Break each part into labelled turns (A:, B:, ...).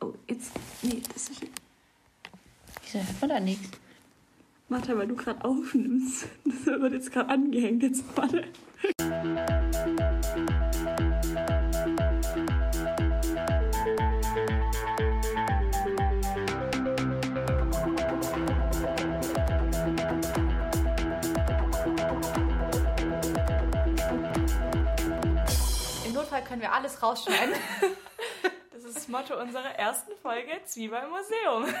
A: Oh, Jetzt. Nee, das ist.
B: Wieso hört man da nichts?
A: Martha, weil du gerade aufnimmst. Das wird jetzt gerade angehängt. Jetzt warte.
C: Im Notfall können wir alles rausschneiden. Das ist das Motto unserer ersten Folge Zwiebel im Museum.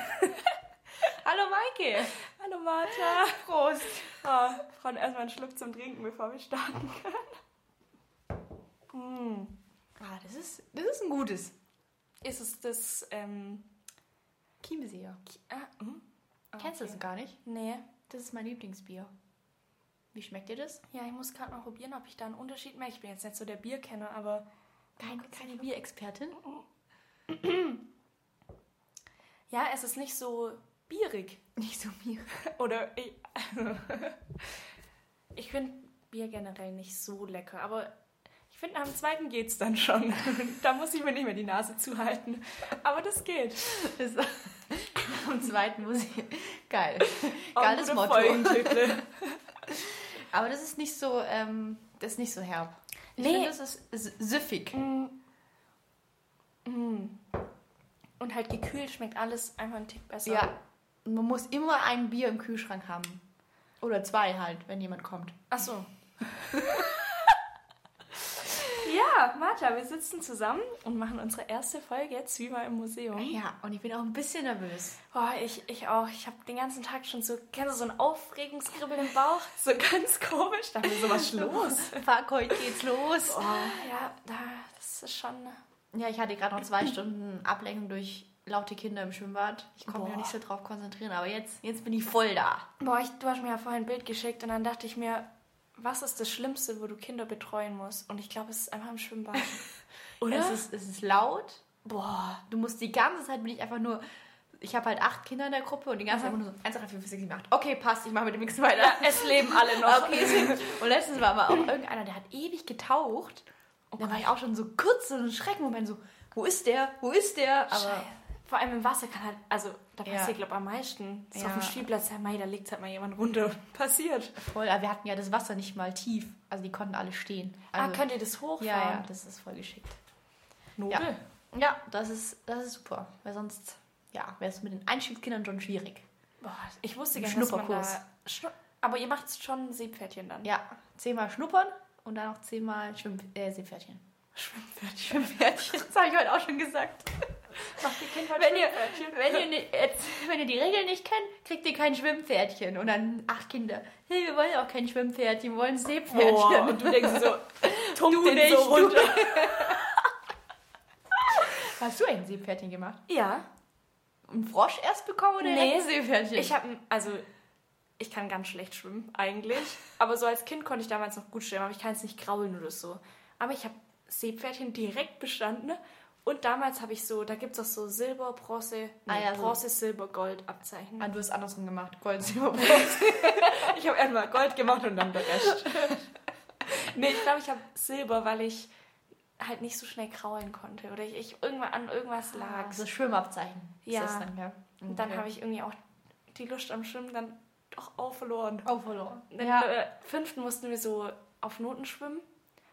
C: Hallo Maike. Hallo Martha. Prost. Oh, wir brauchen erstmal einen Schluck zum Trinken, bevor wir starten können. Mm. Ah, das ist, das ist ein gutes. Ist es das ähm,
B: Chiemseer.
C: Ki- ah, hm? Ah,
B: Kennst du
C: okay.
B: das gar nicht?
C: Nee.
B: Das ist mein Lieblingsbier. Wie schmeckt dir das?
C: Ja, ich muss gerade mal probieren, ob ich da einen Unterschied merke. Ich bin jetzt nicht so der Bierkenner, aber
B: Kein, keine Bierexpertin?
C: ja, es ist nicht so bierig.
B: Nicht so mir.
C: Oder ich, also, ich finde Bier generell nicht so lecker, aber ich finde, am zweiten geht's dann schon. da muss ich mir nicht mehr die Nase zuhalten. Aber das geht.
B: Ist, am zweiten muss ich. Geil.
C: Auch
B: Geiles
C: gute
B: Motto.
C: Folgentitel.
B: Aber das ist nicht so, ähm, das ist nicht so herb. Ich
C: Nee.
B: finde, das ist s- süffig.
C: Mm. Und halt gekühlt schmeckt alles einfach einen Tick besser.
B: Ja. Und Man muss immer ein Bier im Kühlschrank haben. Oder zwei halt, wenn jemand kommt.
C: Ach so. ja, Martha, wir sitzen zusammen und machen unsere erste Folge Zwiebel im Museum.
B: Ja, und ich bin auch ein bisschen nervös.
C: Boah, ich, ich auch. Ich habe den ganzen Tag schon so, kennst du so ein Aufregungskribbeln im Bauch? So ganz komisch. Da
B: Also,
C: ist sowas los.
B: Fuck, heute geht's los.
C: Oh, ja, da, das ist schon.
B: Ja, ich hatte gerade noch zwei Stunden Ablenkung durch laute Kinder im Schwimmbad. Ich konnte mich
C: Boah.
B: noch nicht so drauf konzentrieren, aber jetzt, jetzt bin ich voll da.
C: Boah, ich, du hast mir ja vorhin ein Bild geschickt und dann dachte ich mir, was ist das Schlimmste, wo du Kinder betreuen musst? Und ich glaube, es ist einfach im Schwimmbad. Oder?
B: Es ist, es ist laut.
C: boah.
B: Du musst die ganze Zeit bin ich einfach nur. Ich habe halt acht Kinder in der Gruppe und die ganze Zeit einfach nur so 1, 2, 3, 4, 5, 6, 7, 8. Okay, passt, ich mache mit dem nächsten weiter.
C: Mhm. Es leben alle noch.
B: Okay, und letztens war aber auch irgendeiner, der hat ewig getaucht.
C: Oh
B: Und da war ich auch schon so kurz so einen Schreckmoment so, wo ist der? Wo ist der? Aber
C: Scheiße. Vor allem im Wasser kann halt, also da
B: Ja.
C: passiert, glaube am meisten. So auf dem
B: Ja.
C: Spielplatz, ja, mei, da legt halt mal jemand runter. Passiert.
B: voll, aber wir hatten ja das Wasser nicht mal tief. Also die konnten alle stehen.
C: ah,
B: Also,
C: könnt ihr das hochfahren?
B: ja, ja, das ist voll geschickt.
C: Nobel.
B: Ja, ja das, ist, das ist super. Weil sonst, ja, wäre es mit den Einstiegskindern schon schwierig.
C: Boah, ich wusste
B: Ein
C: gar nicht, dass man da...
B: Schnupperkurs.
C: Schnu- Aber ihr macht schon Seepferdchen dann?
B: Ja, zehnmal schnuppern und dann noch zehnmal Schwimm äh, Seepferdchen.
C: Schwimmpferdchen.
B: Pferdchen, das habe ich heute auch schon gesagt.
C: Macht ihr Kindheit
B: Wenn ihr-
C: Schwimmpferdchen?
B: Wenn ihr, ni- jetzt, wenn ihr die Regeln nicht kennt, kriegt ihr kein Schwimmpferdchen. Und dann acht Kinder. Hey, wir wollen auch kein Schwimmpferdchen, wir wollen Seepferdchen.
C: Boah, Oh, und du denkst so, tump
B: Du
C: den
B: nicht,
C: so
B: du.
C: runter.
B: Hast du ein Seepferdchen gemacht?
C: Ja,
B: Einen Frosch erst bekommen oder
C: Nee,
B: direkt ein Seepferdchen?
C: ich habe, also ich kann ganz schlecht schwimmen eigentlich, aber so als Kind konnte ich damals noch gut schwimmen, aber ich kann es nicht kraulen oder so. Aber ich habe Seepferdchen direkt bestanden und damals habe ich so, da gibt es auch so Silber, Bronze, nee,
B: Ah ja, so-
C: Bronze, Silber, Gold Abzeichen.
B: ah, du hast andersrum gemacht. Gold, Silber,
C: Ich habe erstmal Gold gemacht und dann der Rest. nee, ich glaube, ich habe Silber, weil ich halt nicht so schnell kraulen konnte. Oder ich, ich irgendwann an irgendwas lag.
B: Also Schwimmabzeichen. ist
C: Ja.
B: das dann, ja.
C: und dann habe ich irgendwie auch die Lust am Schwimmen dann doch auch verloren.
B: auch Oh, verloren. äh,
C: In
B: Ja.
C: der fünften mussten wir so auf Noten schwimmen.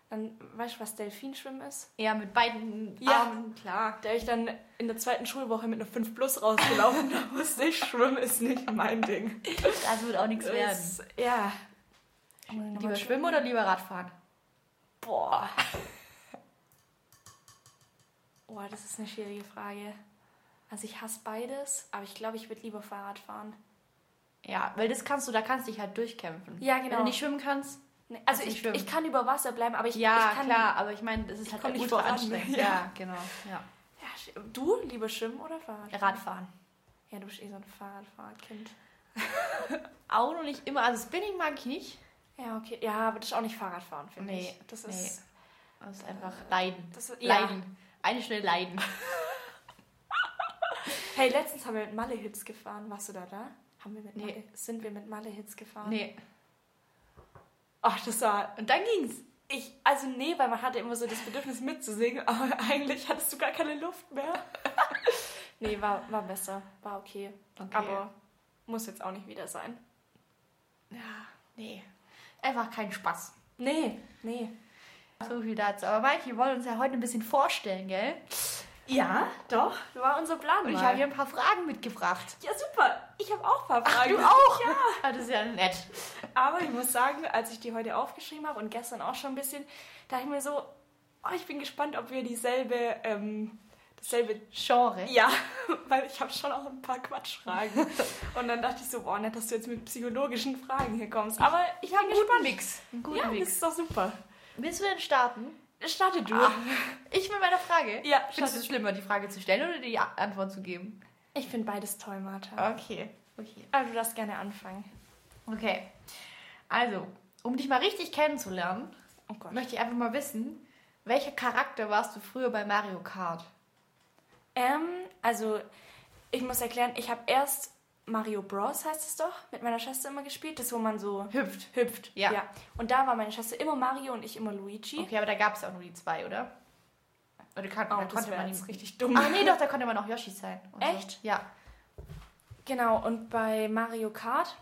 C: Dann weißt du, was Delfinschwimmen ist?
B: Ja, mit beiden
C: Ja.
B: Armen, klar.
C: Da ich dann in der zweiten Schulwoche mit einer 5 Plus rausgelaufen, da wusste ich, Schwimmen ist nicht mein Ding.
B: Das wird auch nichts werden.
C: Das, ja.
B: Lieber schwimmen oder lieber Radfahren?
C: Boah. Boah, das ist eine schwierige Frage. Also ich hasse beides, aber ich glaube, ich würde lieber Fahrrad fahren.
B: Ja, weil das kannst du, da kannst du dich halt durchkämpfen.
C: Ja,
B: Wenn
C: genau.
B: du nicht schwimmen kannst,
C: Nee, also
B: nicht
C: ich,
B: schwimmen.
C: ich kann über Wasser bleiben, aber ich,
B: ja,
C: ich kann...
B: klar, aber ich meine, das ist halt
C: komm nicht
B: ultra
C: voran,
B: anstrengend.
C: ne?
B: Ja.
C: Ja.
B: genau. Ja.
C: Ja, sch- du, lieber schwimmen oder Fahrrad?
B: Radfahren.
C: Ja, du bist eh so ein Fahrradfahrerkind.
B: Auch noch nicht immer, also Spinning mag ich nicht.
C: Ja, okay. Ja, aber das ist auch nicht Fahrradfahren, finde
B: Nee,
C: ich. Das ist...
B: Das ist einfach Leiden.
C: Das ist Ja.
B: Leiden. Eine Stunde Leiden.
C: Hey, letztens haben wir mit Malle-Hits gefahren. Warst du da da? Haben wir mit
B: Nee.
C: Malle, sind wir mit Malle-Hits gefahren?
B: Nee.
C: Ach, das war
B: Und dann ging's.
C: Ich, also nee, weil man hatte immer so das Bedürfnis mitzusingen, aber eigentlich hattest du gar keine Luft mehr. Nee, war, war besser. War okay.
B: Okay.
C: Aber muss jetzt auch nicht wieder sein.
B: Ja, nee. Einfach kein Spaß.
C: Nee, nee.
B: So viel dazu. Aber Mike, wir wollen uns ja heute ein bisschen vorstellen, gell?
C: Ja, doch. War unser Plan.
B: Und ich
C: mal.
B: habe hier ein paar Fragen mitgebracht.
C: ja, super. Ich habe auch ein paar
B: Ach,
C: Fragen.
B: du auch? Ja.
C: Ah.
B: Das ist ja nett.
C: Aber ich muss sagen, als ich die heute aufgeschrieben habe und gestern auch schon ein bisschen, dachte ich mir so, oh, ich bin gespannt, ob wir dieselbe, ähm, dasselbe.
B: Genre.
C: Ja, weil ich habe schon auch ein paar Quatschfragen. Und dann dachte ich so, boah, nett, dass du jetzt mit psychologischen Fragen hier kommst. Aber ich habe
B: Guten
C: gespannt.
B: Mix. Einen guten
C: Ja, das
B: Mix.
C: ist doch super.
B: Willst du denn starten?
C: Starte du.
B: Ah. Ich mit meiner Frage.
C: Ja,
B: Findest du
C: starte.
B: es schlimmer, die Frage zu stellen oder die A- Antwort zu geben?
C: Ich finde beides toll, Martha.
B: Okay. Okay.
C: Aber du darfst gerne anfangen.
B: Okay. Also, um dich mal richtig kennenzulernen,
C: Oh Gott.
B: möchte ich einfach mal wissen, welcher Charakter warst du früher bei Mario Kart?
C: Ähm, also ich muss erklären, ich habe erst Mario Bros. heißt es doch, mit meiner Schwester immer gespielt. Das, wo man so
B: Hüpft.
C: hüpft.
B: Ja.
C: Und da war meine Schwester immer Mario und ich immer Luigi.
B: Okay, aber da gab es auch nur die zwei, oder? Oder kann,
C: Oh,
B: da
C: das
B: konnte
C: wäre
B: man
C: jetzt
B: ihn...
C: richtig dumm.
B: Ah nee, doch, da konnte man auch Yoshi sein. und
C: Echt?
B: So. Ja.
C: Genau, und bei Mario Kart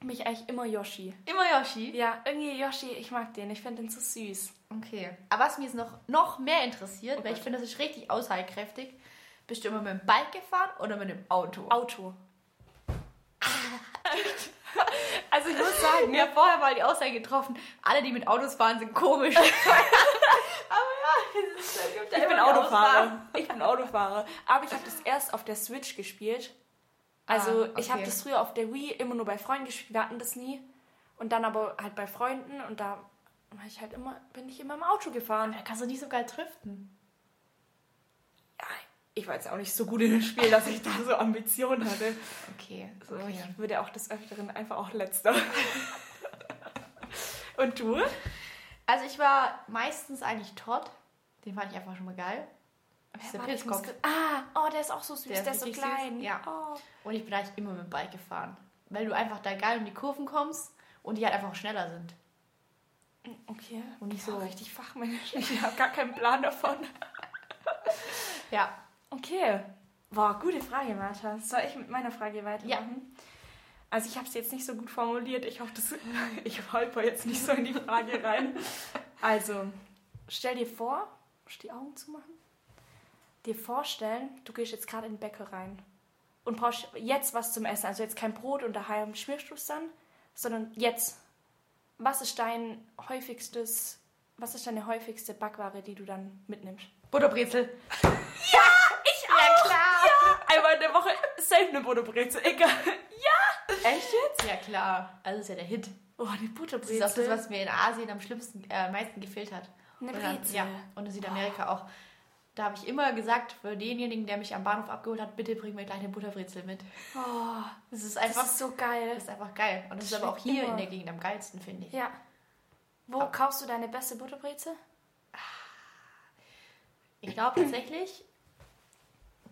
C: mich eigentlich immer Yoshi.
B: Immer Yoshi?
C: Ja, irgendwie Yoshi, ich mag den. Ich finde den so süß.
B: Okay. Aber was mir jetzt noch, noch mehr interessiert,
C: Oh
B: weil ich
C: Gott.
B: finde, das ist richtig aussagekräftig, bist du immer mit dem Bike gefahren oder mit dem Auto?
C: Auto.
B: Also ich muss sagen, wir haben vorher mal die Aussage getroffen, alle, die mit Autos fahren, sind komisch. Aber ja, es ist- es gibt da
C: Ich
B: immer
C: bin
B: die Ausnahmen.
C: Autofahrer. Ich bin Autofahrer. Aber ich habe das erst auf der Switch gespielt. Also
B: Ah,
C: ich habe
B: okay.
C: das früher auf der Wii immer nur bei Freunden gespielt. Wir hatten das nie. Und dann aber halt bei Freunden und da war ich halt immer, bin ich immer im Auto gefahren.
B: Da kannst du nicht so geil driften.
C: Ja, ich war jetzt auch nicht so gut in dem Spiel, dass ich da so Ambitionen hatte.
B: Okay.
C: So, Ich würde auch des Öfteren einfach auch letzter. und du?
B: Also ich war meistens eigentlich Todd. Den fand ich einfach schon mal geil. Das ist der
C: Warte, ich muss
B: Pilzkopf.
C: kurz- Ah, oh, der ist auch so süß,
B: Der
C: der,
B: ist
C: ist so
B: richtig süß.
C: klein.
B: Ja.
C: Oh.
B: Und ich bin eigentlich immer mit dem Bike gefahren. Weil du einfach da geil um die Kurven kommst und die halt einfach schneller sind.
C: Okay.
B: Und nicht
C: So
B: so-
C: richtig fachmännisch. Ich habe gar keinen Plan davon.
B: Ja.
C: Okay. Boah, gute Frage, Martha. Soll ich mit meiner Frage weitermachen? Also ich habe es jetzt nicht so gut formuliert. Ich hoffe, das, ich holper jetzt nicht so in die Frage rein. Also, stell dir vor, musst die Augen zumachen, dir vorstellen, du gehst jetzt gerade in den Bäcker rein und brauchst jetzt was zum Essen. Also jetzt kein Brot und daheim schmierst du es dann, sondern jetzt. Was ist dein häufigstes, was ist deine häufigste Backware, die du dann mitnimmst?
B: Butterbrezel.
C: Ich auch. Ja. Einmal in der Woche safe eine Butterbrezel. Egal. Ja. Echt jetzt?
B: Ja klar. Also das ist ja der Hit.
C: Oh, eine
B: Das
C: Butterbrezel.
B: ist auch das, was mir in Asien am schlimmsten, äh, am meisten gefehlt hat.
C: Eine
B: Und dann-
C: Brezel.
B: Ja, und in Südamerika auch. Da habe ich immer gesagt, für denjenigen, der mich am Bahnhof abgeholt hat, bitte bring mir gleich eine Butterbrezel mit.
C: Oh,
B: Das ist
C: das
B: einfach,
C: ist so geil.
B: das ist einfach geil. Und das,
C: Das
B: ist aber auch
C: schmeckt
B: hier
C: immer.
B: in der Gegend am geilsten, finde ich.
C: Ja. Wo kaufst du deine beste Butterbrezel?
B: Ich glaube tatsächlich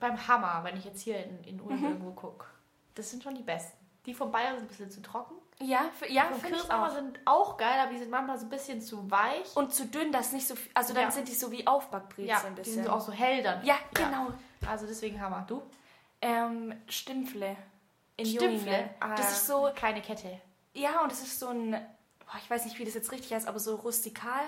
B: beim Hammer, wenn ich jetzt hier in, in Ulm
C: Mhm.
B: irgendwo gucke. Das sind schon die besten. Die vom Bayern sind ein bisschen zu trocken.
C: Ja, für, ja,
B: Vom
C: finde ich
B: Kirschhammer
C: auch.
B: sind auch geil, aber die sind manchmal so ein bisschen zu weich.
C: Und zu dünn, dass nicht so viel. Also dann
B: Ja.
C: sind die so wie Aufbackbrezel
B: ja,
C: ein
B: die
C: bisschen.
B: sind so auch so hell dann.
C: ja, genau.
B: Also deswegen Hammer. Du?
C: Ähm, Stimpfle. In
B: Stimpfle.
C: Juingen. Das ist so.
B: Keine Ah, Kette.
C: Ja, und es ist so ein, boah, ich weiß nicht, wie das jetzt richtig heißt, aber so rustikal.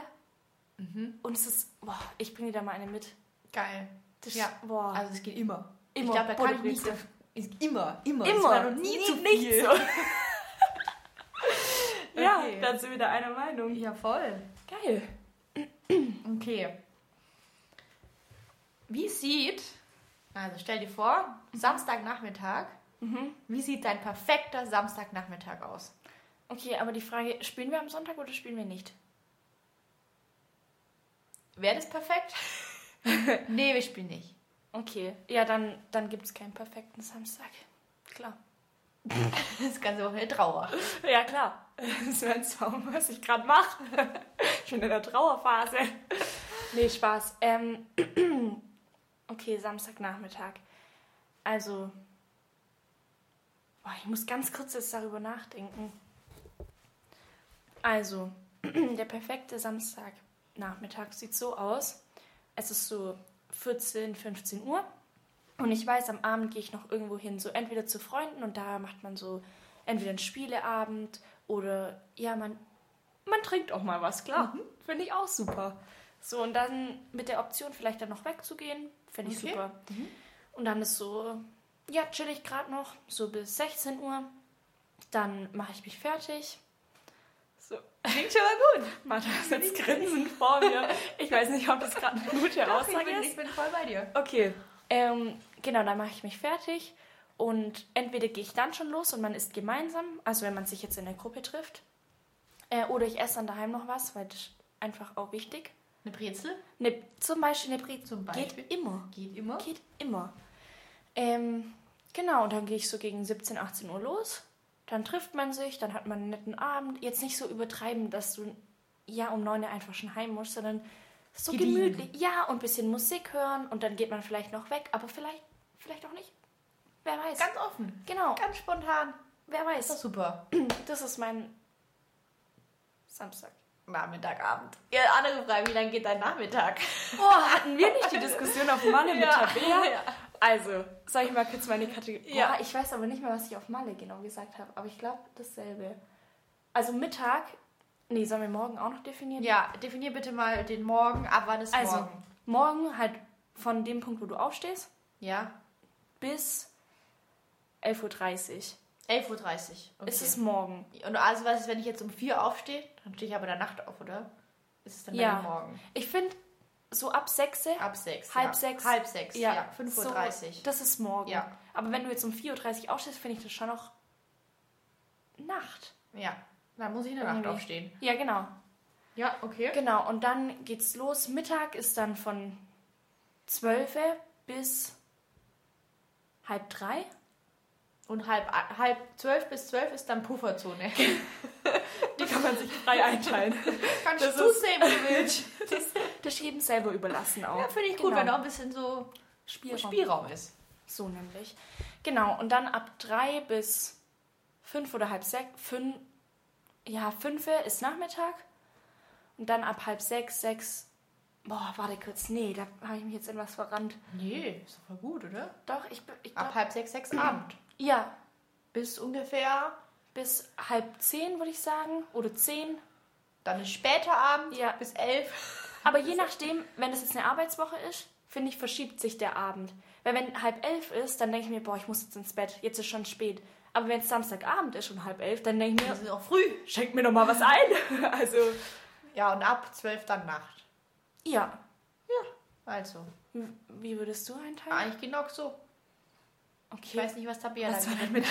C: Und es ist, boah, ich bringe dir da mal eine mit.
B: Geil.
C: Das
B: Ja.
C: ist, boah.
B: Also es geht immer. Ich
C: Immer.
B: glaube, da kann ich nicht.
C: Butterbrezel.
B: Ist immer, immer.
C: Immer.
B: Es war noch nie,
C: Nie-
B: zu
C: nicht
B: viel.
C: ja,
B: Okay.
C: dann sind wir da einer Meinung.
B: Ja, voll.
C: Geil.
B: Okay. Wie sieht, also stell dir vor, Samstagnachmittag, wie sieht dein perfekter Samstagnachmittag aus?
C: Okay, aber die Frage, spielen wir am Sonntag oder spielen wir nicht?
B: Wäre das perfekt? nee, wir spielen nicht.
C: Okay, ja, dann, dann gibt es keinen perfekten Samstag. Klar.
B: Das ganze Wochenende Trauer.
C: Ja, klar. Das wäre ein Traum, was ich gerade mache. Ich bin in der Trauerphase. Nee, Spaß. Ähm, okay, Samstagnachmittag. Also, boah, ich muss ganz kurz jetzt darüber nachdenken. Also, der perfekte Samstagnachmittag sieht so aus. Es ist so 14, 15 Uhr. Und ich weiß, am Abend gehe ich noch irgendwo hin, so entweder zu Freunden und da macht man so entweder einen Spieleabend oder ja, man, man trinkt auch mal was, klar. Finde ich auch super. So, und dann mit der Option vielleicht dann noch wegzugehen, finde ich
B: Okay.
C: super. Und dann ist so, ja, chill ich gerade noch, so bis 16 Uhr. Dann mache ich mich fertig. So,
B: Klingt schon mal gut.
C: Martha ist jetzt grinsend vor mir. Ich weiß nicht, ob das gerade eine gute
B: Doch, ich,
C: Aussage
B: bin,
C: ist.
B: ich bin voll bei dir.
C: Okay. Ähm, genau, dann mache ich mich fertig und entweder gehe ich dann schon los und man isst gemeinsam, also wenn man sich jetzt in der Gruppe trifft, äh, oder ich esse dann daheim noch was, weil das ist einfach auch wichtig.
B: Eine Brezel
C: Ne, zum Beispiel eine Brezel
B: Zum Beispiel.
C: geht immer.
B: geht immer.
C: Geht immer. Ähm, genau, und dann gehe ich so gegen 17, 18 Uhr los. Dann trifft man sich, dann hat man einen netten Abend. Jetzt nicht so übertreiben, dass du ja um 9 Uhr einfach schon heim musst, sondern so
B: Gediegen.
C: gemütlich. Ja, und ein bisschen Musik hören und dann geht man vielleicht noch weg, aber vielleicht, vielleicht auch nicht. Wer weiß.
B: Ganz offen.
C: genau,
B: Ganz spontan.
C: wer
B: Ist doch
C: weiß.
B: super.
C: Das ist mein Samstag.
B: Nachmittagabend. Ja, andere Frage, wie lange geht dein Nachmittag?
C: Oh, hatten wir nicht die Diskussion auf Malle mit
B: Ja.
C: Tabea? Also, soll ich mal kurz meine Kategorie.
B: Ja.
C: Ja, ich weiß aber nicht mehr, was ich auf Malle genau gesagt habe, aber ich glaube dasselbe. Also Mittag, nee, sollen wir morgen auch noch definieren?
B: Ja, definier bitte mal den Morgen, ab wann ist
C: Also,
B: morgen?
C: morgen halt von dem Punkt, wo du aufstehst,
B: Ja,
C: bis 11.30 Uhr
B: 11.30 Uhr. Okay.
C: ist es morgen.
B: Und also was ist, wenn ich jetzt um 4 aufstehe? Dann stehe ich aber in der Nacht auf, oder? Ist es dann bei
C: Ja.
B: dir morgen?
C: Ich finde, so ab 6
B: Ab 6.
C: Halb
B: ja.
C: sechs.
B: Halb 6, ja. ja.
C: so,
B: 5.30 Uhr.
C: das ist morgen.
B: Ja.
C: Aber wenn du jetzt um 4.30 Uhr aufstehst, finde ich das schon noch Nacht.
B: ja, dann muss ich in der Nacht
C: Irgendwie.
B: aufstehen.
C: Ja, genau.
B: Ja, okay.
C: Genau, und dann geht's los. Mittag ist dann von 12 bis halb drei.
B: Und halb, halb 12 bis 12 ist dann Pufferzone.
C: Die kann man sich frei einteilen.
B: Kannst
C: Das
B: du
C: ist-
B: sehen, wie du willst.
C: Das, das ist jedem selber überlassen auch.
B: Ja, finde ich gut,
C: Genau.
B: wenn auch ein bisschen so
C: Spielraum.
B: Spielraum ist.
C: So nämlich. Genau, und dann ab drei bis fünf oder halb sechs, fünf, ja, fünf ist Nachmittag. Und dann ab halb sechs, sechs, boah, warte kurz, nee, da habe ich mich jetzt in was verrannt.
B: Nee, ist doch voll gut, oder?
C: Doch, ich, bin- ich
B: Ab
C: glaub,
B: halb sechs, sechs Abend.
C: ja,
B: Bis ungefähr,
C: bis halb zehn, würde ich sagen, oder zehn.
B: dann ist später Abend,
C: Ja.
B: bis elf.
C: Aber je nachdem, wenn das jetzt eine Arbeitswoche ist, finde ich, verschiebt sich der Abend. Weil wenn halb elf ist, dann denke ich mir, boah, ich muss jetzt ins Bett, jetzt ist schon spät. Aber wenn es Samstagabend ist um halb elf, dann denke ich
B: Das
C: mir,
B: ist auch früh.
C: schenk mir noch mal was ein. Also,
B: Ja, und ab zwölf dann Nacht.
C: ja.
B: Also,
C: Hm, Wie würdest du einteilen?
B: eigentlich genau so. Ich
C: Okay. Also,
B: weiß nicht, was Tabea
C: Was
B: da
C: war denn mit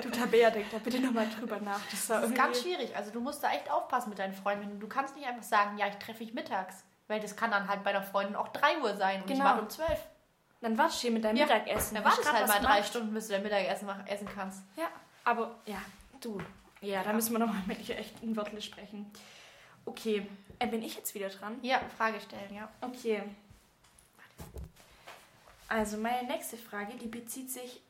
C: Du Tabea, denk da bitte nochmal drüber nach. Das, war
B: Das ist ganz
C: irgendwie-
B: schwierig. Also, du musst da echt aufpassen mit deinen Freunden. Du kannst nicht einfach sagen, ja, ich treffe mich mittags. Weil das kann dann halt bei einer Freundin auch 3 Uhr sein und ich
C: Genau.
B: warte um 12.
C: Dann wartest du hier mit deinem
B: Ja,
C: Mittagessen.
B: Dann
C: Hast
B: wartest
C: grad
B: halt
C: was
B: mal drei
C: gemacht?
B: Stunden, bis du dein Mittagessen machen, essen kannst.
C: Ja, aber ja, du. Ja, da müssen wir nochmal mit dir echt ein Wörtel sprechen. Okay, äh, bin ich jetzt wieder dran?
B: Ja, Frage stellen, ja.
C: Okay. Also meine nächste Frage, die bezieht sich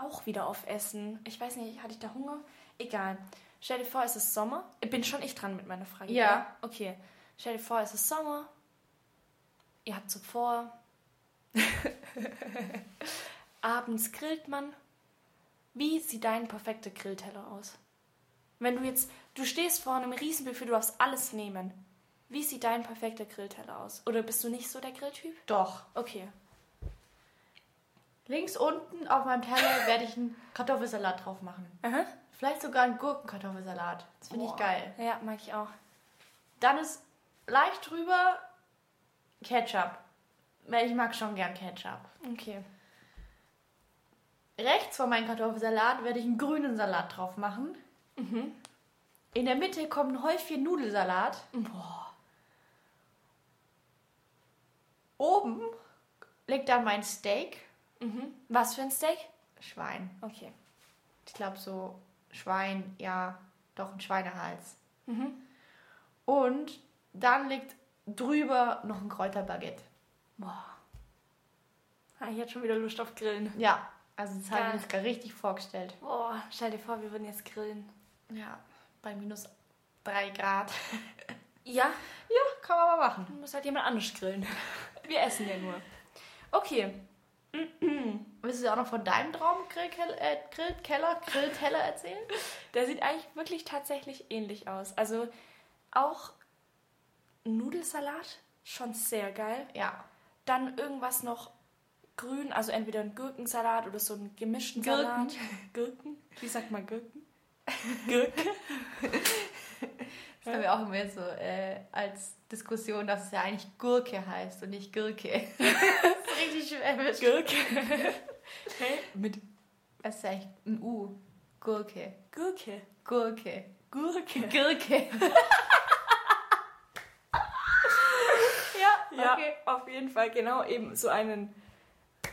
C: auch wieder auf Essen. Ich weiß nicht, hatte ich da Hunger? Egal. Stell dir vor, es ist Sommer. Äh, Bin schon ich dran mit meiner Frage.
B: Ja.
C: gell? Okay. Stell dir vor, es ist Sommer. Ihr habt so vor. Abends grillt man. Wie sieht dein perfekter Grillteller aus? Wenn du jetzt, du stehst vor einem Riesenbuffet, du darfst alles nehmen. Wie sieht dein perfekter Grillteller aus? Oder bist du nicht so der Grilltyp?
B: Doch.
C: Okay.
B: Links unten auf meinem Teller werde ich einen Kartoffelsalat drauf machen.
C: Aha.
B: Vielleicht sogar einen Gurkenkartoffelsalat. Das finde ich
C: Boah.
B: geil.
C: Ja, mag ich auch.
B: Dann ist leicht drüber Ketchup. Weil ich mag schon gern Ketchup.
C: Okay.
B: Rechts von meinem Kartoffelsalat werde ich einen grünen Salat drauf machen. In der Mitte kommt ein Häufchen Nudelsalat. Oben liegt dann mein Steak.
C: Was für ein Steak?
B: Schwein.
C: Okay.
B: ich glaube so Schwein, ja, doch ein Schweinehals. Und dann liegt drüber noch ein Kräuterbaguette.
C: Boah. Ah, ich hatte schon wieder Lust auf Grillen.
B: Ja, also das habe ich
C: Geil.
B: mir jetzt gerade richtig vorgestellt.
C: Boah, stell dir vor, wir würden jetzt grillen.
B: Ja, bei minus 3 Grad.
C: Ja,
B: Ja, kann man mal machen.
C: dann muss halt jemand anders grillen. Wir essen ja nur. Okay.
B: Willst du auch noch von deinem Traum Grillkeller, äh, Grillkeller, Grillteller erzählen?
C: Der sieht eigentlich wirklich tatsächlich ähnlich aus. Also auch Nudelsalat, schon sehr geil.
B: Ja.
C: Dann irgendwas noch grün, also entweder ein Gurkensalat oder so einen gemischten
B: Gurken.
C: Salat. Gurken? Wie sagt man Gurken? Gurken?
B: Das haben wir auch immer so äh, als Diskussion, dass es ja eigentlich Gurke heißt und nicht Gürke. das ist richtig schwäbisch.
C: Gurke. Hey, mit
B: Das ist ja eigentlich ein U. Gurke.
C: Gurke.
B: Gurke.
C: Gurke.
B: Gürke.
C: Ja, ja
B: okay.
C: auf jeden Fall, genau, eben so einen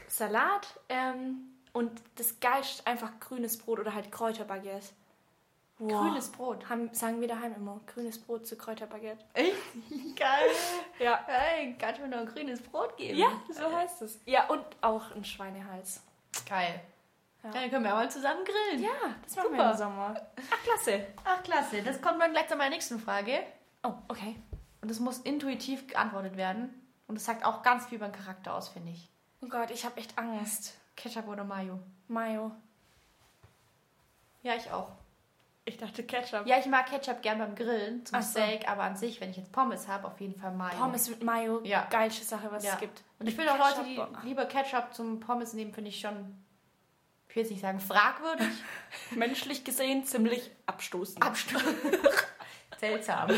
C: Salat ähm, und das geilste einfach grünes Brot oder halt Kräuterbaguette. Grünes
B: Grünes Brot.
C: haben, sagen wir daheim immer, grünes Brot zu Kräuterbaguette.
B: Echt? Geil.
C: Ja.
B: Hey, kannst du mir noch ein grünes Brot geben?
C: Ja, so heißt es. Ja, und auch ein Schweinehals.
B: Geil.
C: Ja.
B: Dann können wir mal zusammen grillen.
C: Ja, das
B: machen wir im
C: Sommer. Ach, klasse.
B: Ach, klasse. Das kommt dann gleich zu meiner nächsten Frage.
C: Oh, okay.
B: Und das muss intuitiv geantwortet werden. Und das sagt auch ganz viel über den Charakter aus, finde ich.
C: Oh Gott, ich habe echt Angst.
B: Ketchup oder Mayo?
C: Mayo.
B: Ja, ich auch.
C: Ich dachte Ketchup.
B: Ja, ich mag Ketchup gern beim Grillen zum
C: Ach so.
B: Steak, aber an sich, wenn ich jetzt Pommes habe, auf jeden Fall Mayo.
C: Pommes mit Mayo.
B: Ja.
C: Geilste Sache, was
B: Ja.
C: es gibt.
B: Und ich finde auch Leute, die
C: Ketchup-
B: lieber Ketchup zum Pommes nehmen, finde ich schon, ich will jetzt nicht sagen fragwürdig,
C: Menschlich gesehen ziemlich abstoßend.
B: abstoß. Seltsam.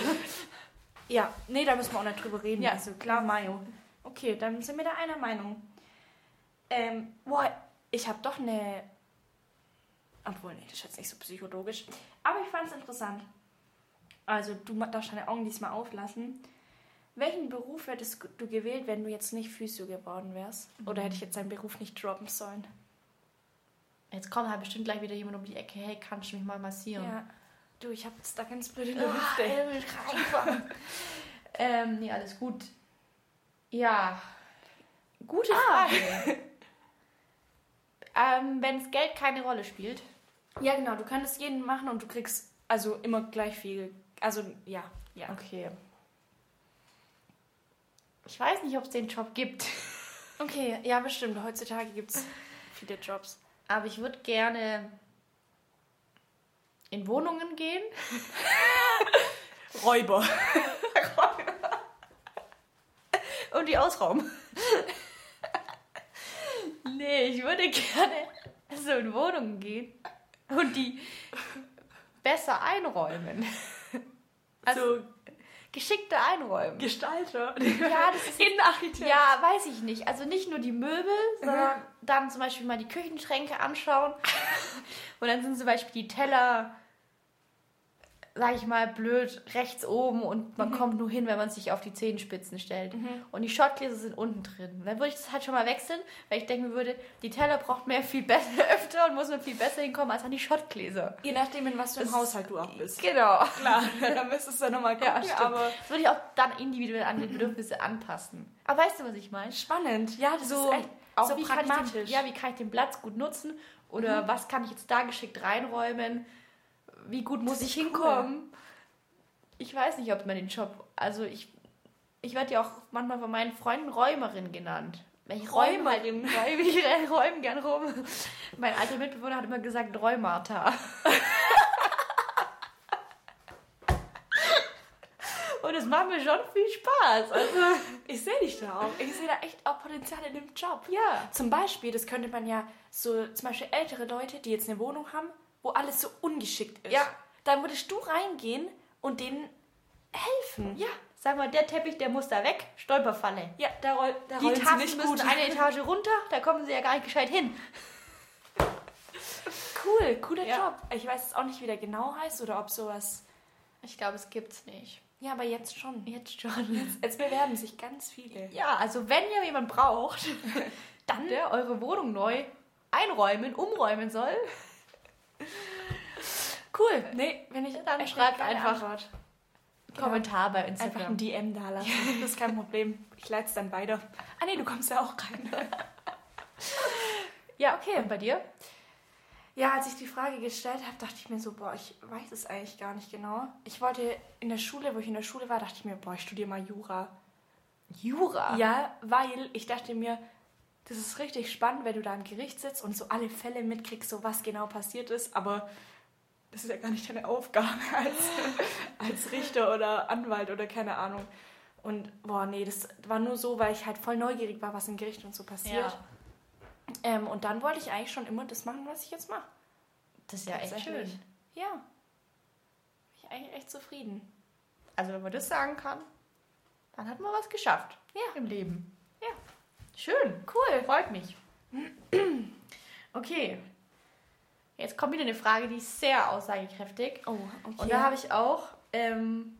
C: Ja, nee, da müssen wir auch nicht drüber reden.
B: Ja.
C: also klar, Mayo. Okay, dann sind wir da einer Meinung. Ähm, boah, ich habe doch eine. Obwohl, nee, das ist jetzt nicht so psychologisch. Aber ich fand es interessant. Also, du ma- darfst deine Augen diesmal auflassen. Welchen Beruf hättest du gewählt, wenn du jetzt nicht Physio geworden wärst?
B: Mhm.
C: Oder hätte ich jetzt deinen Beruf nicht droppen sollen?
B: Jetzt kommt halt bestimmt gleich wieder jemand um die Ecke, hey, kannst du mich mal massieren?
C: Ja. Du, ich habe jetzt da ganz blöd in der
B: Ah,
C: Hüfte.
B: Elbe, reinfahren. ähm, nee, alles gut. Ja,
C: Gute
B: Frage. ähm, wenn das Geld keine Rolle spielt.
C: Ja, genau, du kannst jeden machen und du kriegst also immer gleich viel. Also, ja, ja.
B: Okay. Ich weiß nicht, ob es den Job gibt.
C: Okay, ja, bestimmt. Heutzutage gibt es viele Jobs.
B: Aber ich würde gerne in Wohnungen gehen.
C: Räuber.
B: Und die ausrauben. nee, ich würde gerne so in Wohnungen gehen und die besser einräumen. Also
C: so
B: geschickter einräumen.
C: Gestalter.
B: Ja, das ist
C: Innenarchitekt. Ja.
B: Ja, weiß ich nicht. Also nicht nur die Möbel, sondern dann zum Beispiel mal die Küchenschränke anschauen. Und dann sind zum Beispiel die Teller, sag ich mal, blöd rechts oben und man kommt nur hin, wenn man sich auf die Zehenspitzen stellt. Und die Schottgläser sind unten drin. Dann würde ich das halt schon mal wechseln, weil ich denken würde, die Teller braucht man ja viel besser öfter und muss man viel besser hinkommen als an die Schottgläser.
C: Je nachdem, in was für einem
B: Das-
C: Haushalt du auch bist.
B: Genau.
C: Klar, da müsstest du nochmal
B: Ja,
C: gucken,
B: stimmt.
C: aber...
B: Das würde ich auch dann individuell an die Bedürfnisse anpassen. Aber weißt du, was ich meine?
C: Spannend. Ja, das
B: so,
C: ist echt auch
B: so wie Kann ich den,
C: pragmatisch. Mhm.
B: ja, wie kann ich den Platz gut nutzen? Oder was kann ich jetzt da geschickt reinräumen? Wie gut muss
C: Das
B: ich
C: ist cool.
B: hinkommen? Ich weiß nicht, ob man den Job. Also ich, ich werde ja auch manchmal von meinen Freunden Räumerin genannt. Weil Ich räume halt
C: Räumerin.
B: räume, ich räume gern rum. Mein alter Mitbewohner hat immer gesagt Räumata. Und es macht mir schon viel Spaß. Also,
C: ich sehe dich da auch. Ich sehe da echt auch Potenzial in dem Job.
B: ja.
C: Zum Beispiel, das könnte man ja so, zum Beispiel ältere Leute, die jetzt eine Wohnung haben, wo alles so ungeschickt ist.
B: Ja.
C: Dann würdest du reingehen und denen helfen.
B: Ja, sag mal, der Teppich, der muss da weg. Stolperfalle.
C: Ja, da, roll, da
B: Die
C: rollen sie
B: Tassen
C: nicht
B: müssen
C: gut.
B: eine Etage runter, da kommen sie ja gar nicht gescheit hin.
C: Cool, cooler
B: Ja.
C: Job. Ich weiß jetzt auch nicht, wie der genau heißt oder ob sowas.
B: Ich glaube, es gibt's nicht.
C: Ja, aber jetzt schon.
B: Jetzt schon.
C: Jetzt bewerben sich ganz viele.
B: Ja, also wenn ihr jemand braucht, dann der eure Wohnung neu einräumen, umräumen soll.
C: Cool. Nee, wenn ich.
B: Dann
C: echt
B: schreibt
C: eine geile
B: einfach
C: Antwort.
B: Kommentar bei
C: Einfach ein
B: Instagram.
C: DM da lassen. Das ist kein Problem. Ich leite es dann weiter. Ah, nee, du kommst ja auch rein.
B: Ja, okay. Und bei dir?
C: Ja, als ich die Frage gestellt habe, dachte ich mir so, boah, ich weiß es eigentlich gar nicht genau. Ich wollte in der Schule, wo ich in der Schule war,
B: Ah.
C: dachte ich mir, boah, ich studiere mal Jura.
B: Jura.
C: Ja, weil ich dachte mir, Das ist richtig spannend, wenn du da im Gericht sitzt und so alle Fälle mitkriegst, so was genau passiert ist, aber das ist ja gar nicht deine Aufgabe als, als Richter oder Anwalt oder keine Ahnung. Und boah, nee, das war nur so, weil ich halt voll neugierig war, was im Gericht und so passiert.
B: Ja.
C: Ähm, und dann wollte ich eigentlich schon immer das machen, was ich jetzt mache.
B: Das ist ja echt
C: Tatsächlich.
B: schön.
C: Ja. Bin ich eigentlich echt zufrieden.
B: Also wenn man das sagen kann, dann hat man was geschafft.
C: Ja.
B: Im Leben.
C: Ja.
B: Schön. Cool. Freut mich. Okay. Jetzt kommt wieder eine Frage, die ist sehr aussagekräftig.
C: Oh, okay.
B: Und da habe ich auch ähm,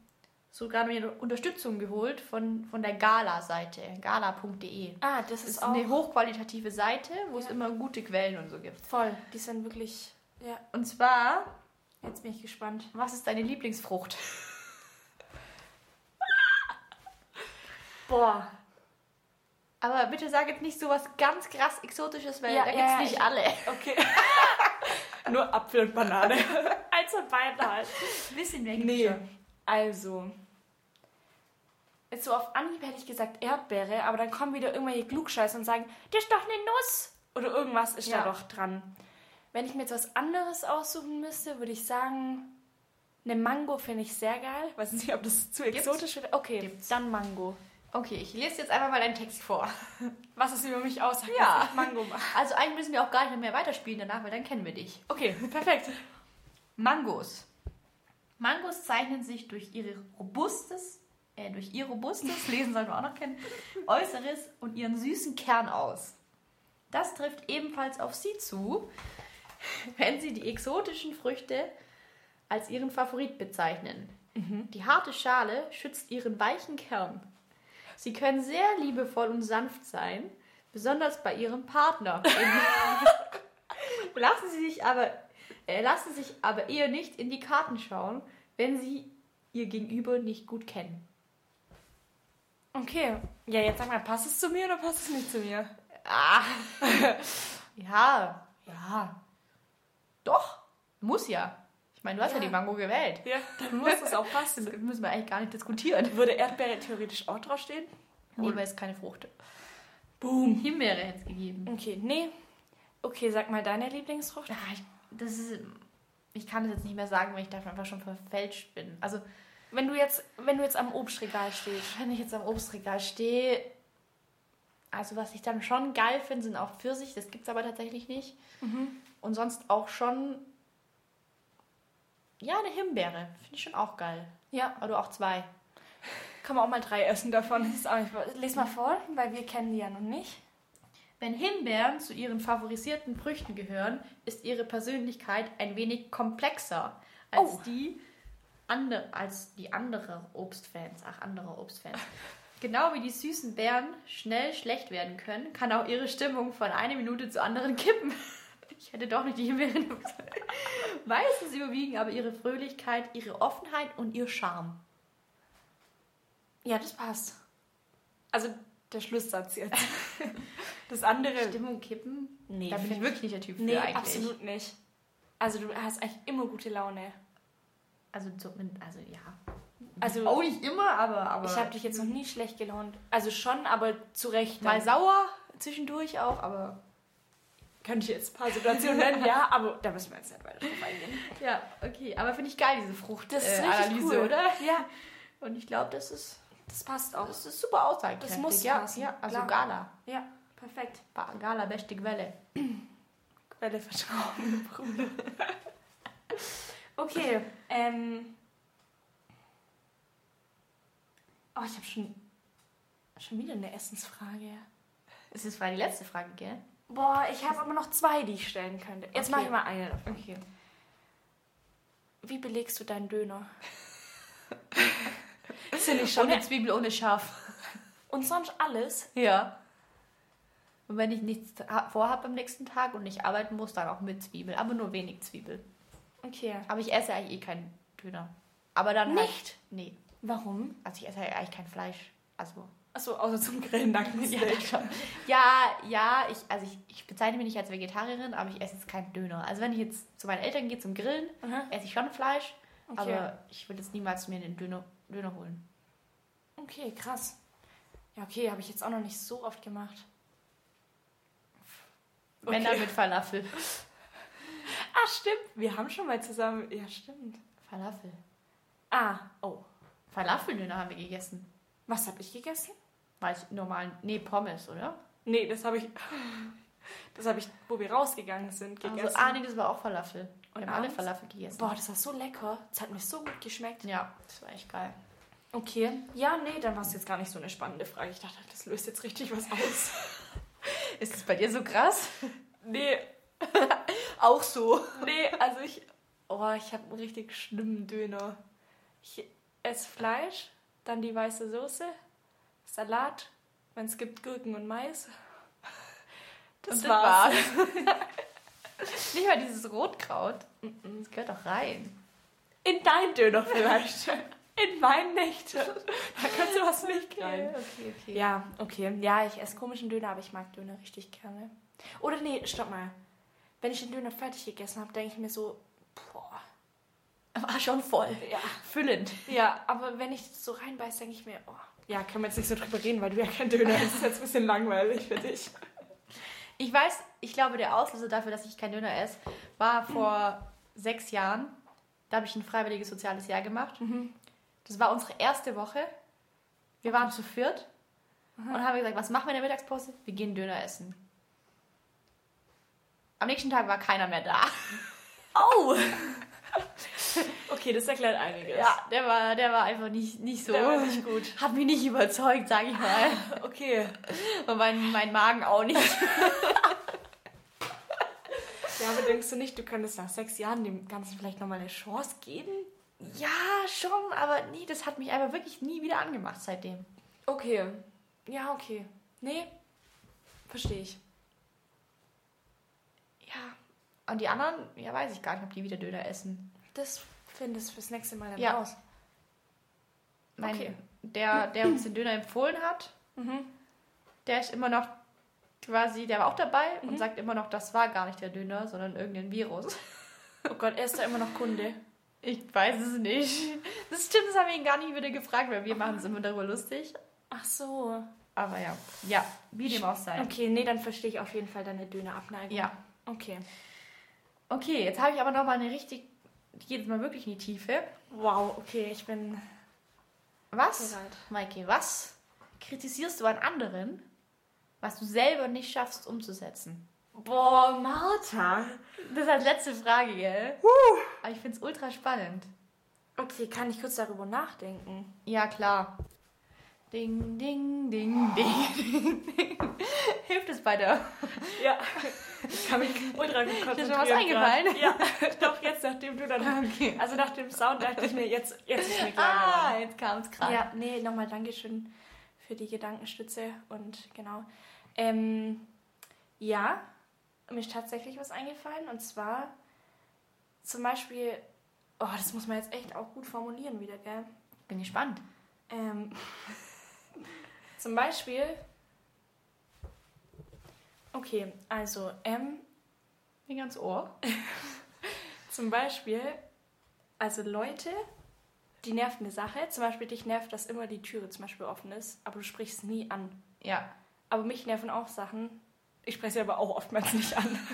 B: sogar mir Unterstützung geholt von, von der Gala-Seite, gala.de.
C: ah, das
B: Das
C: ist,
B: ist
C: auch
B: eine hochqualitative Seite, wo es
C: Ja.
B: immer gute Quellen und so gibt.
C: voll. Die sind wirklich. Ja,
B: Und zwar,
C: jetzt bin ich gespannt.
B: was ist deine Lieblingsfrucht?
C: Boah.
B: Aber bitte sag jetzt nicht so was ganz krass Exotisches, weil
C: Ja,
B: da
C: ja,
B: gibt es
C: ja,
B: nicht
C: ich-
B: alle.
C: Okay. Nur Apfel und Banane. Eins und beide halt.
B: Bisschen mehr
C: Nee. Also. Jetzt so auf Anhieb hätte ich gesagt Erdbeere, aber dann kommen wieder irgendwelche Klugscheiße und sagen, das ist doch eine Nuss. Oder irgendwas ist
B: Ja.
C: da doch dran. Wenn ich mir jetzt was anderes aussuchen müsste, würde ich sagen, eine Mango finde ich sehr geil. Weiß nicht, ob das zu
B: Gibt's?
C: exotisch wird. Okay,
B: Gibt's.
C: dann Mango.
B: Okay, ich lese jetzt einfach mal einen Text vor.
C: Was es über mich aussagt,
B: Ja.
C: dass ich Mango mache.
B: Also eigentlich müssen wir auch gar nicht mehr weiterspielen danach, weil dann kennen wir dich.
C: Okay, perfekt.
B: Mangos. Mangos zeichnen sich durch ihre robustes, äh, durch ihr robustes, lesen sollten wir auch noch kennen, Äußeres und ihren süßen Kern aus. Das trifft ebenfalls auf sie zu, wenn sie die exotischen Früchte als ihren Favorit bezeichnen. Die harte Schale schützt ihren weichen Kern. Sie können sehr liebevoll und sanft sein, besonders bei ihrem Partner. lassen Sie sich aber äh, lassen sich aber eher nicht in die Karten schauen, wenn sie ihr Gegenüber nicht gut kennen.
C: Okay. Ja, jetzt sag mal, passt es zu mir oder passt es nicht zu mir?
B: Ah. ja, ja. Doch, muss ja. Ich meine, du hast ja,
C: Ja.
B: die Mango gewählt.
C: Ja, dann muss es auch passen.
B: Das müssen wir eigentlich gar nicht diskutieren.
C: Würde Erdbeere theoretisch auch draufstehen?
B: Nee, weil es keine Frucht.
C: Boom.
B: Himbeere hätte es gegeben.
C: Okay, nee. Okay, sag mal deine Lieblingsfrucht.
B: Ah, ich, das ist, ich kann das jetzt nicht mehr sagen, weil ich dafür einfach schon verfälscht bin. Also,
C: Wenn du jetzt, wenn du jetzt am Obstregal stehst.
B: wenn ich jetzt am Obstregal stehe, also was ich dann schon geil finde, sind auch Pfirsich, das gibt es aber tatsächlich nicht. Und sonst auch schon, ja, eine Himbeere, finde ich schon auch geil.
C: Ja,
B: Aber du auch zwei.
C: kann man auch mal drei essen davon. Das ist auch nicht Lies mal vor, weil wir kennen die ja noch nicht.
B: Wenn Himbeeren zu ihren favorisierten Früchten gehören, ist ihre Persönlichkeit ein wenig komplexer als,
C: Oh.
B: die, ander, als die anderer Obstfans. Ach, andere Obstfans. Genau wie die süßen Beeren schnell schlecht werden können, kann auch ihre Stimmung von einer Minute zur anderen kippen. Ich hätte doch nicht die Himbeeren. gesagt. Meistens überwiegen aber ihre Fröhlichkeit, ihre Offenheit und ihr Charme.
C: Ja, das passt. Also der Schlusssatz jetzt. Das andere.
B: Stimmung kippen?
C: Nee,
B: da bin Äh. ich
C: find-
B: wirklich nicht der Typ für
C: Nee,
B: eigentlich.
C: absolut nicht. Also du hast eigentlich immer gute Laune.
B: Also, zumindest- also ja.
C: Also
B: Auch nicht immer, aber. aber
C: ich habe dich jetzt noch nie schlecht gelaunt. Also schon, aber zu Recht.
B: mal
C: dann.
B: sauer, zwischendurch auch, aber.
C: Könnte ich jetzt ein paar Situationen nennen, ja, aber da müssen wir jetzt nicht weiter drauf eingehen.
B: Ja, okay. Aber finde ich geil, diese Frucht.
C: Das ist
B: äh,
C: richtig
B: Analyse,
C: cool.
B: oder?
C: Ja,
B: Und ich glaube, das ist,
C: das passt auch.
B: das ist super aussagekräftig.
C: Das muss
B: ja,
C: passen,
B: ja. Also
C: klar.
B: Gala.
C: Ja, perfekt.
B: Ba- Gala, beste Quelle.
C: Quelle Vertrauen, Bruder. okay, ähm. Oh, ich habe schon, schon wieder eine Essensfrage.
B: Das ist war die letzte Frage, gell?
C: Boah, ich habe aber noch zwei, die ich stellen könnte. Jetzt
B: Okay.
C: mache ich mal eine davon.
B: Okay.
C: Wie belegst du deinen Döner? Das finde ich schon.
B: Ohne Zwiebel, ohne Schaf.
C: Und sonst alles?
B: Ja. Und wenn ich nichts ha- vorhab am nächsten Tag und nicht arbeiten muss, dann auch mit Zwiebel, aber nur wenig Zwiebel.
C: Okay.
B: Aber ich esse eigentlich eh keinen Döner. Aber dann
C: Nicht?
B: Halt, nee.
C: Warum?
B: Also ich esse halt eigentlich kein Fleisch. Also
C: Achso, außer zum Grillen, danke.
B: Ja, das schon. ja, ja, ich, also ich, ich bezeichne mich nicht als Vegetarierin, aber ich esse jetzt keinen Döner. Also wenn ich jetzt zu meinen Eltern gehe zum Grillen,
C: Aha.
B: esse ich schon Fleisch,
C: Okay.
B: aber ich würde jetzt niemals mir einen Döner, Döner holen.
C: Okay, krass. Ja, okay, habe ich jetzt auch noch nicht so oft gemacht.
B: Wenn
C: Okay.
B: dann mit Falafel.
C: Ah, stimmt. Wir haben schon mal zusammen. Ja, stimmt.
B: Falafel.
C: Ah, oh.
B: Falafeldöner haben wir gegessen.
C: Was habe ich gegessen?
B: Weiß ich, normal. Nee, Pommes, oder?
C: Nee, das habe ich. Das habe ich, wo wir rausgegangen sind, gegessen.
B: Also, ah, nee, das war auch Falafel. Wir
C: Und
B: haben alle
C: abends?
B: Falafel gegessen.
C: Boah, das war so lecker. Das hat mir so gut geschmeckt.
B: Ja, das war echt geil.
C: Okay. Ja, nee, dann war es jetzt gar nicht so eine spannende Frage. Ich dachte, halt, das löst jetzt richtig was aus.
B: Ist das bei dir so krass?
C: nee,
B: Auch so.
C: nee, also ich. Oh, ich habe einen richtig schlimmen Döner. Ich esse Fleisch, dann die weiße Soße, Salat, wenn es gibt Gurken und Mais. Das
B: Und
C: war's.
B: war's. Nicht mal dieses Rotkraut. Das gehört doch rein.
C: In dein Döner vielleicht. In meinen nicht. Da kannst du was nicht rein.
B: okay, okay.
C: Ja, okay. Ja, ich esse komischen Döner, aber ich mag Döner richtig gerne. Oder nee, stopp mal. Wenn ich den Döner fertig gegessen habe, denke ich mir so, boah.
B: War schon voll.
C: Ja.
B: Füllend.
C: Ja, aber wenn ich so reinbeiß, denke ich mir, oh. Ja, können wir jetzt nicht so drüber reden, weil du ja kein Döner isst. Das ist jetzt ein bisschen langweilig für dich.
B: Ich weiß, ich glaube, der Auslöser dafür, dass ich kein Döner esse, war vor sechs Jahren. Da habe ich ein freiwilliges soziales Jahr gemacht. Das war unsere erste Woche. Wir waren zu viert und haben gesagt, was machen wir in der Mittagspause? Wir gehen Döner essen. Am nächsten Tag war keiner mehr da.
C: Oh! okay, das erklärt einiges.
B: Ja, der war, der war einfach nicht, nicht so.
C: Der war nicht gut.
B: Hat mich nicht überzeugt, sage ich mal.
C: Okay.
B: Und mein, mein Magen auch nicht.
C: Ja, aber denkst du nicht, du könntest nach sechs Jahren dem Ganzen vielleicht nochmal eine Chance geben?
B: Ja, schon, aber nee, das hat mich einfach wirklich nie wieder angemacht seitdem.
C: Okay. Ja, okay. Nee, verstehe ich.
B: Ja. Und die anderen, ja, weiß ich gar nicht, ob die wieder Döner essen.
C: Das findest du fürs nächste Mal dann
B: Ja.
C: raus.
B: Mein,
C: Okay.
B: Der, der uns den Döner empfohlen hat,
C: Mhm.
B: der ist immer noch quasi, der war auch dabei und sagt immer noch, das war gar nicht der Döner, sondern irgendein Virus.
C: Oh Gott, er ist da immer noch Kunde.
B: Ich weiß es nicht. Das stimmt, das haben wir ihn gar nicht wieder gefragt, weil wir machen uns immer darüber lustig.
C: Ach so.
B: Aber ja, ja, wie dem auch sei.
C: Okay, nee, dann verstehe ich auf jeden Fall deine Dönerabneigung.
B: Ja.
C: Okay.
B: Okay, jetzt habe ich aber nochmal eine richtig, die geht jetzt mal wirklich in die Tiefe.
C: Wow, okay, ich bin.
B: Was,
C: Bereit.
B: Maike, was kritisierst du an anderen, was du selber nicht schaffst umzusetzen?
C: Boah, Martha.
B: Das ist als letzte Frage, gell? Aber ich finde es ultra spannend.
C: Okay, kann ich kurz darüber nachdenken?
B: Ja, klar. Ding, ding, ding, ding, ding, ding. Hilft es bei der?
C: Ja. Ich kann mich ultra gut konzentrieren.
B: Ist dir schon was eingefallen?
C: grad. Ja, doch, jetzt, nachdem du dann.
B: Okay.
C: Also nach dem Sound dachte ich mir, jetzt, jetzt ist mir klar geworden.
B: Ah, jetzt kam es gerade.
C: Ja, nee, nochmal Dankeschön für die Gedankenstütze und genau. Ähm, ja, mir ist tatsächlich was eingefallen und zwar zum Beispiel, oh, das muss man jetzt echt auch gut formulieren wieder, gell?
B: Bin gespannt.
C: Ähm, zum Beispiel, okay, also, ähm,
B: Bin ganz ohr.
C: zum Beispiel, also Leute, die nervt eine Sache, zum Beispiel dich nervt, dass immer die Türe zum Beispiel offen ist, aber du sprichst es nie an.
B: Ja.
C: Aber mich nerven auch Sachen. Ich spreche sie aber auch oftmals nicht an.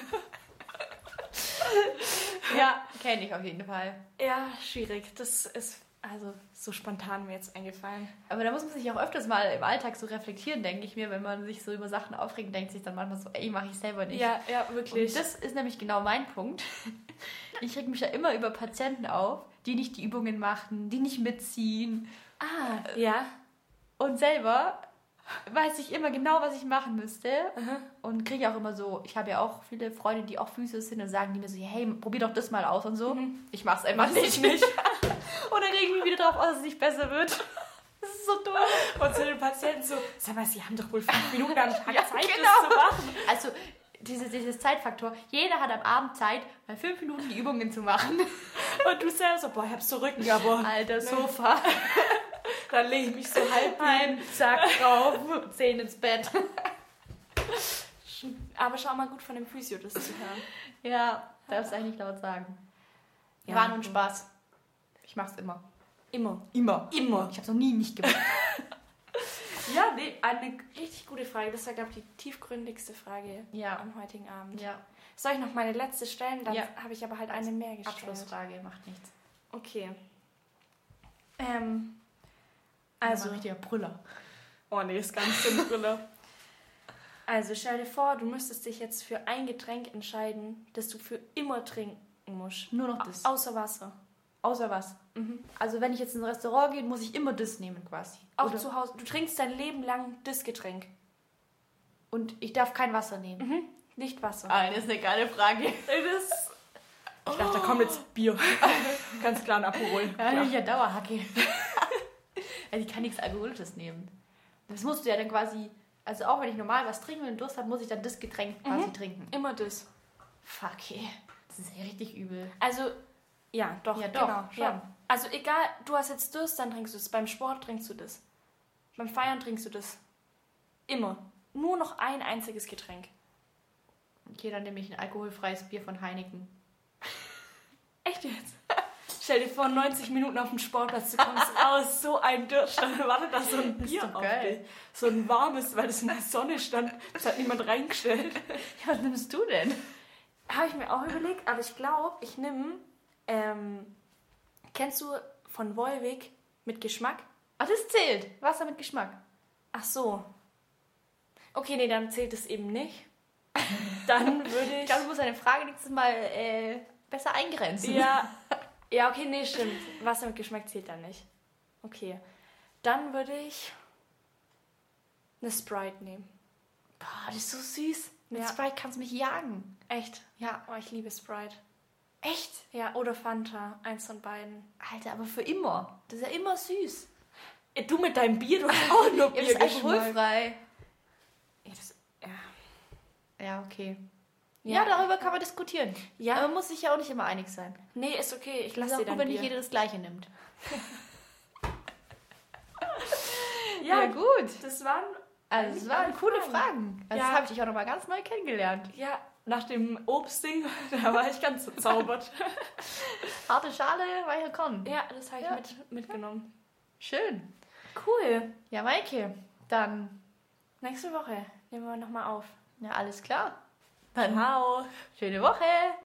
B: Ja, kenne ich auf jeden Fall.
C: Ja, schwierig. Das ist also so spontan mir jetzt eingefallen.
B: Aber da muss man sich auch öfters mal im Alltag so reflektieren, denke ich mir, wenn man sich so über Sachen aufregt, denkt sich dann manchmal so, ey, mache ich selber nicht.
C: Ja, ja,
B: Und
C: wirklich.
B: das ist nämlich genau mein Punkt. Ich reg mich ja immer über Patienten auf, die nicht die Übungen machen, die nicht mitziehen.
C: ah, ja.
B: Und selber weiß ich immer genau, was ich machen müsste. Und kriege auch immer so, ich habe ja auch viele Freunde, die auch Physios sind und sagen die mir so, hey, probier doch das mal aus und so. Ich Mhm. mach's einfach nicht. nicht.
C: Oh,
B: und dann reg ich mich wieder drauf aus, dass es nicht besser wird. Das ist so dumm.
C: Und zu den Patienten so, sag mal, sie haben doch wohl fünf Minuten am Tag
B: Ja,
C: Zeit,
B: genau.
C: das zu machen.
B: Also, dieses, dieses Zeitfaktor. Jeder hat am Abend Zeit, mal fünf Minuten die Übungen zu machen.
C: Und du selber so, boah, ich hab so Rücken, aber
B: Alter, Sofa.
C: dann lege ich mich so halb ein.
B: Ein zack drauf, zehn ins Bett.
C: Aber schau mal gut von dem Physio, das zu hören.
B: Ja, darfst eigentlich laut sagen.
C: Ja.
B: War nun Spaß. Ich mach's immer.
C: Immer.
B: Immer.
C: Immer.
B: Ich hab's noch nie nicht gemacht.
C: Ja, nee, eine richtig gute Frage. Das war, glaube ich, die tiefgründigste Frage
B: Ja.
C: am heutigen Abend.
B: Ja,
C: Soll ich noch meine letzte stellen? Dann
B: Ja.
C: habe ich aber halt eine mehr gestellt.
B: Abschlussfrage macht nichts.
C: Okay. Ähm,
B: Also
C: also,
B: richtiger Brüller.
C: oh nee, ist ganz schön Brille. Also, stell dir vor, du müsstest dich jetzt für ein Getränk entscheiden, das du für immer trinken musst.
B: Nur noch das.
C: Außer Wasser. Mhm.
B: Außer was? Also wenn ich jetzt in ein Restaurant gehe, muss ich immer das nehmen quasi.
C: Auch
B: Oder-
C: zu Hause. Du trinkst dein Leben lang das Getränk.
B: Und ich darf kein Wasser nehmen.
C: Nicht Wasser.
B: Ah, das ist eine geile Frage.
C: Mhm.
B: Oh.
C: Das ich dachte, da kommt jetzt Bier. Ganz klar ein Aperol.
B: Ja, ja. ich ja Dauerhacke. also ich kann nichts Alkoholisches nehmen. Das musst du ja dann quasi, also auch wenn ich normal was trinke und Durst habe, muss ich dann das Getränk quasi trinken.
C: Immer das.
B: Fuck, ey. Das ist ja richtig übel.
C: Also, ja, doch.
B: Ja, doch,
C: Genau,
B: schon.
C: ja. Also egal, du hast jetzt Durst, dann trinkst du es. Beim Sport trinkst du das. Beim Feiern trinkst du das. Immer. Nur noch ein einziges Getränk.
B: Okay, dann nehme ich ein alkoholfreies Bier von Heineken.
C: Echt jetzt? Stell dir vor, 90 Minuten auf dem Sportplatz, du kommst raus, Oh, so ein Durst, dann wartet da so ein Bier
B: Ah. doch
C: auf
B: geil.
C: dich. So ein warmes, weil es in der Sonne stand. Das hat niemand reingestellt.
B: Ja, was nimmst du denn?
C: Habe ich mir auch überlegt, aber ich glaube, ich nehme. Ähm, kennst du von Wolwig mit Geschmack?
B: Ach, das zählt. Wasser mit Geschmack.
C: Ach so. Okay, nee, dann zählt es eben nicht. Dann würde
B: Ich
C: ich.
B: glaube, du musst deine Frage nächstes Mal äh, besser eingrenzen.
C: ja, ja, okay, nee, stimmt. Wasser mit Geschmack zählt dann nicht. Okay. Dann würde ich eine Sprite nehmen.
B: Boah, das ist so süß. Mit
C: Ja.
B: Sprite kannst du mich jagen.
C: Echt?
B: Ja.
C: Oh, ich liebe Sprite.
B: Echt?
C: Ja, oder Fanta. Eins von beiden.
B: Alter, aber für immer. Das ist ja immer süß.
C: Ey, Du mit deinem Bier, du hast auch nur
B: Ja, das ist alkoholfrei.
C: Ja, das, ja.
B: Ja, okay. Ja.
C: Ja.
B: darüber kann man diskutieren.
C: Ja.
B: Aber man muss sich ja auch nicht immer einig sein.
C: Nee, ist okay. Ich
B: Das
C: lasse
B: ist
C: dir
B: auch
C: dann
B: gut, wenn
C: Bier.
B: nicht jeder das Gleiche nimmt.
C: ja, gut. Das waren
B: Also, es waren coole Fragen. Also,
C: Ja.
B: Das habe ich dich auch nochmal ganz neu kennengelernt.
C: ja nach dem Obstding, da war ich ganz verzaubert.
B: Harte Schale, weicher Korn.
C: ja, das habe ich
B: Ja.
C: mit, mitgenommen.
B: Schön.
C: Cool.
B: Ja, Maike, dann.
C: Nächste Woche nehmen wir nochmal auf.
B: Ja, alles klar. Dann
C: Ciao.
B: schöne Woche.